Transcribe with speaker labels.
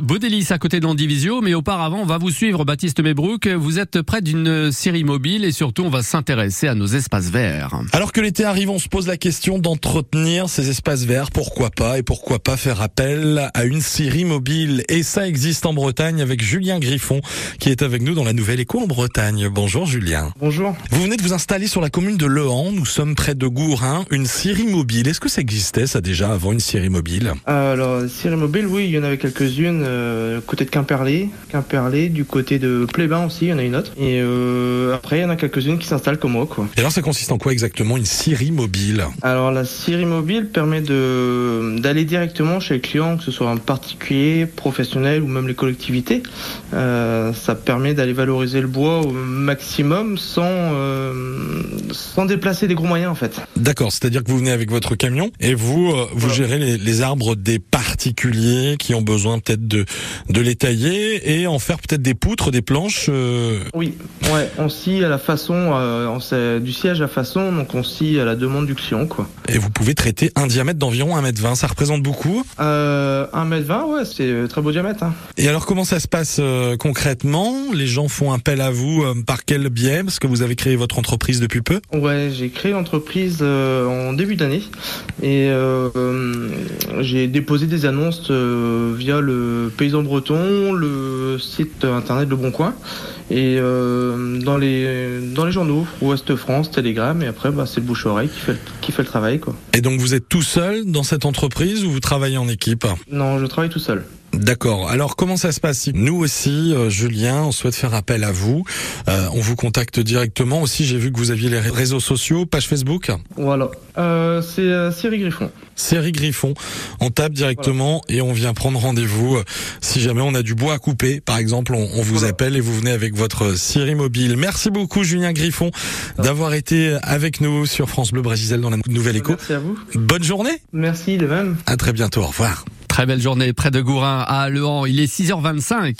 Speaker 1: Baudélis à côté de l'Andivisio, mais auparavant, on va vous suivre, Baptiste Mébrouk. Vous êtes près d'une série mobile et surtout, on va s'intéresser à nos espaces verts.
Speaker 2: Alors que l'été arrive, on se pose la question d'entretenir ces espaces verts. Pourquoi pas Et pourquoi pas faire appel à une série mobile Et ça existe en Bretagne avec Julien Griffon, qui est avec nous dans la Nouvelle Écho en Bretagne. Bonjour Julien.
Speaker 3: Bonjour.
Speaker 2: Vous venez de vous installer sur la commune de Lehan. Nous sommes près de Gourin. Une série mobile. Est-ce que ça existait ça déjà avant une série mobile
Speaker 3: Euh, Alors, série mobile, oui, il y en avait quelques-unes euh, côté de Quimperlé, Quimperlé, du côté de Plébin aussi, il y en a une autre. Et euh, après, il y en a quelques-unes qui s'installent comme moi, quoi.
Speaker 2: Et alors ça consiste en quoi exactement une série mobile
Speaker 3: Alors, la série mobile permet de d'aller directement chez les clients, que ce soit un particulier, professionnel ou même les collectivités. Euh, ça permet d'aller valoriser le bois au maximum sans euh, sans déplacer des gros moyens, en fait.
Speaker 2: D'accord, c'est-à-dire que vous venez avec votre camion et vous euh, vous
Speaker 3: Voilà.
Speaker 2: gérez les, les arbres des particuliers qui ont besoin peut-être de de les tailler et en faire peut-être des poutres, des planches. euh,
Speaker 3: Oui, ouais, on scie à la façon, euh, on scie du siège à façon, donc on scie à la demande du client, quoi.
Speaker 2: et vous pouvez traiter un diamètre d'environ 1m20, ça représente beaucoup.
Speaker 3: Euh, 1m20, ouais, c'est euh, très beau diamètre. Hein.
Speaker 2: Et alors comment ça se passe euh, concrètement Les gens font appel à vous euh, par quel biais Parce que vous avez créé votre entreprise depuis peu.
Speaker 3: Ouais, j'ai créé l'entreprise euh, en début d'année et euh, euh, j'ai déposé des annonces euh, via le Paysan Breton, le site internet Le Bon Coin et euh, dans les dans les journaux Ouest France, Telegram et après bah, c'est le bouche oreille qui fait qui fait le travail quoi.
Speaker 2: Et donc vous êtes tout seul dans cette entreprise ou vous travaillez en équipe
Speaker 3: Non, je travaille tout seul.
Speaker 2: D'accord. Alors comment ça se passe si Nous aussi, euh, Julien, on souhaite faire appel à vous. Euh, on vous contacte directement. Aussi, j'ai vu que vous aviez les ré- réseaux sociaux, page Facebook,
Speaker 3: Voilà. Euh, c'est euh, Cyril Griffon.
Speaker 2: série Griffon. On tape directement et on vient prendre rendez-vous. Euh, Si jamais on a du bois à couper, par exemple, on, on vous
Speaker 3: Voilà.
Speaker 2: appelle et vous venez avec votre série mobile. Merci beaucoup, Julien Griffon, d'avoir été avec nous sur France Bleu Brésil dans la nou- Nouvelle Écho.
Speaker 3: Merci à vous.
Speaker 2: Bonne journée.
Speaker 3: Merci de même.
Speaker 2: À très bientôt. Au revoir.
Speaker 1: Très belle journée près de Gourin à Lehan. Il est 6h25.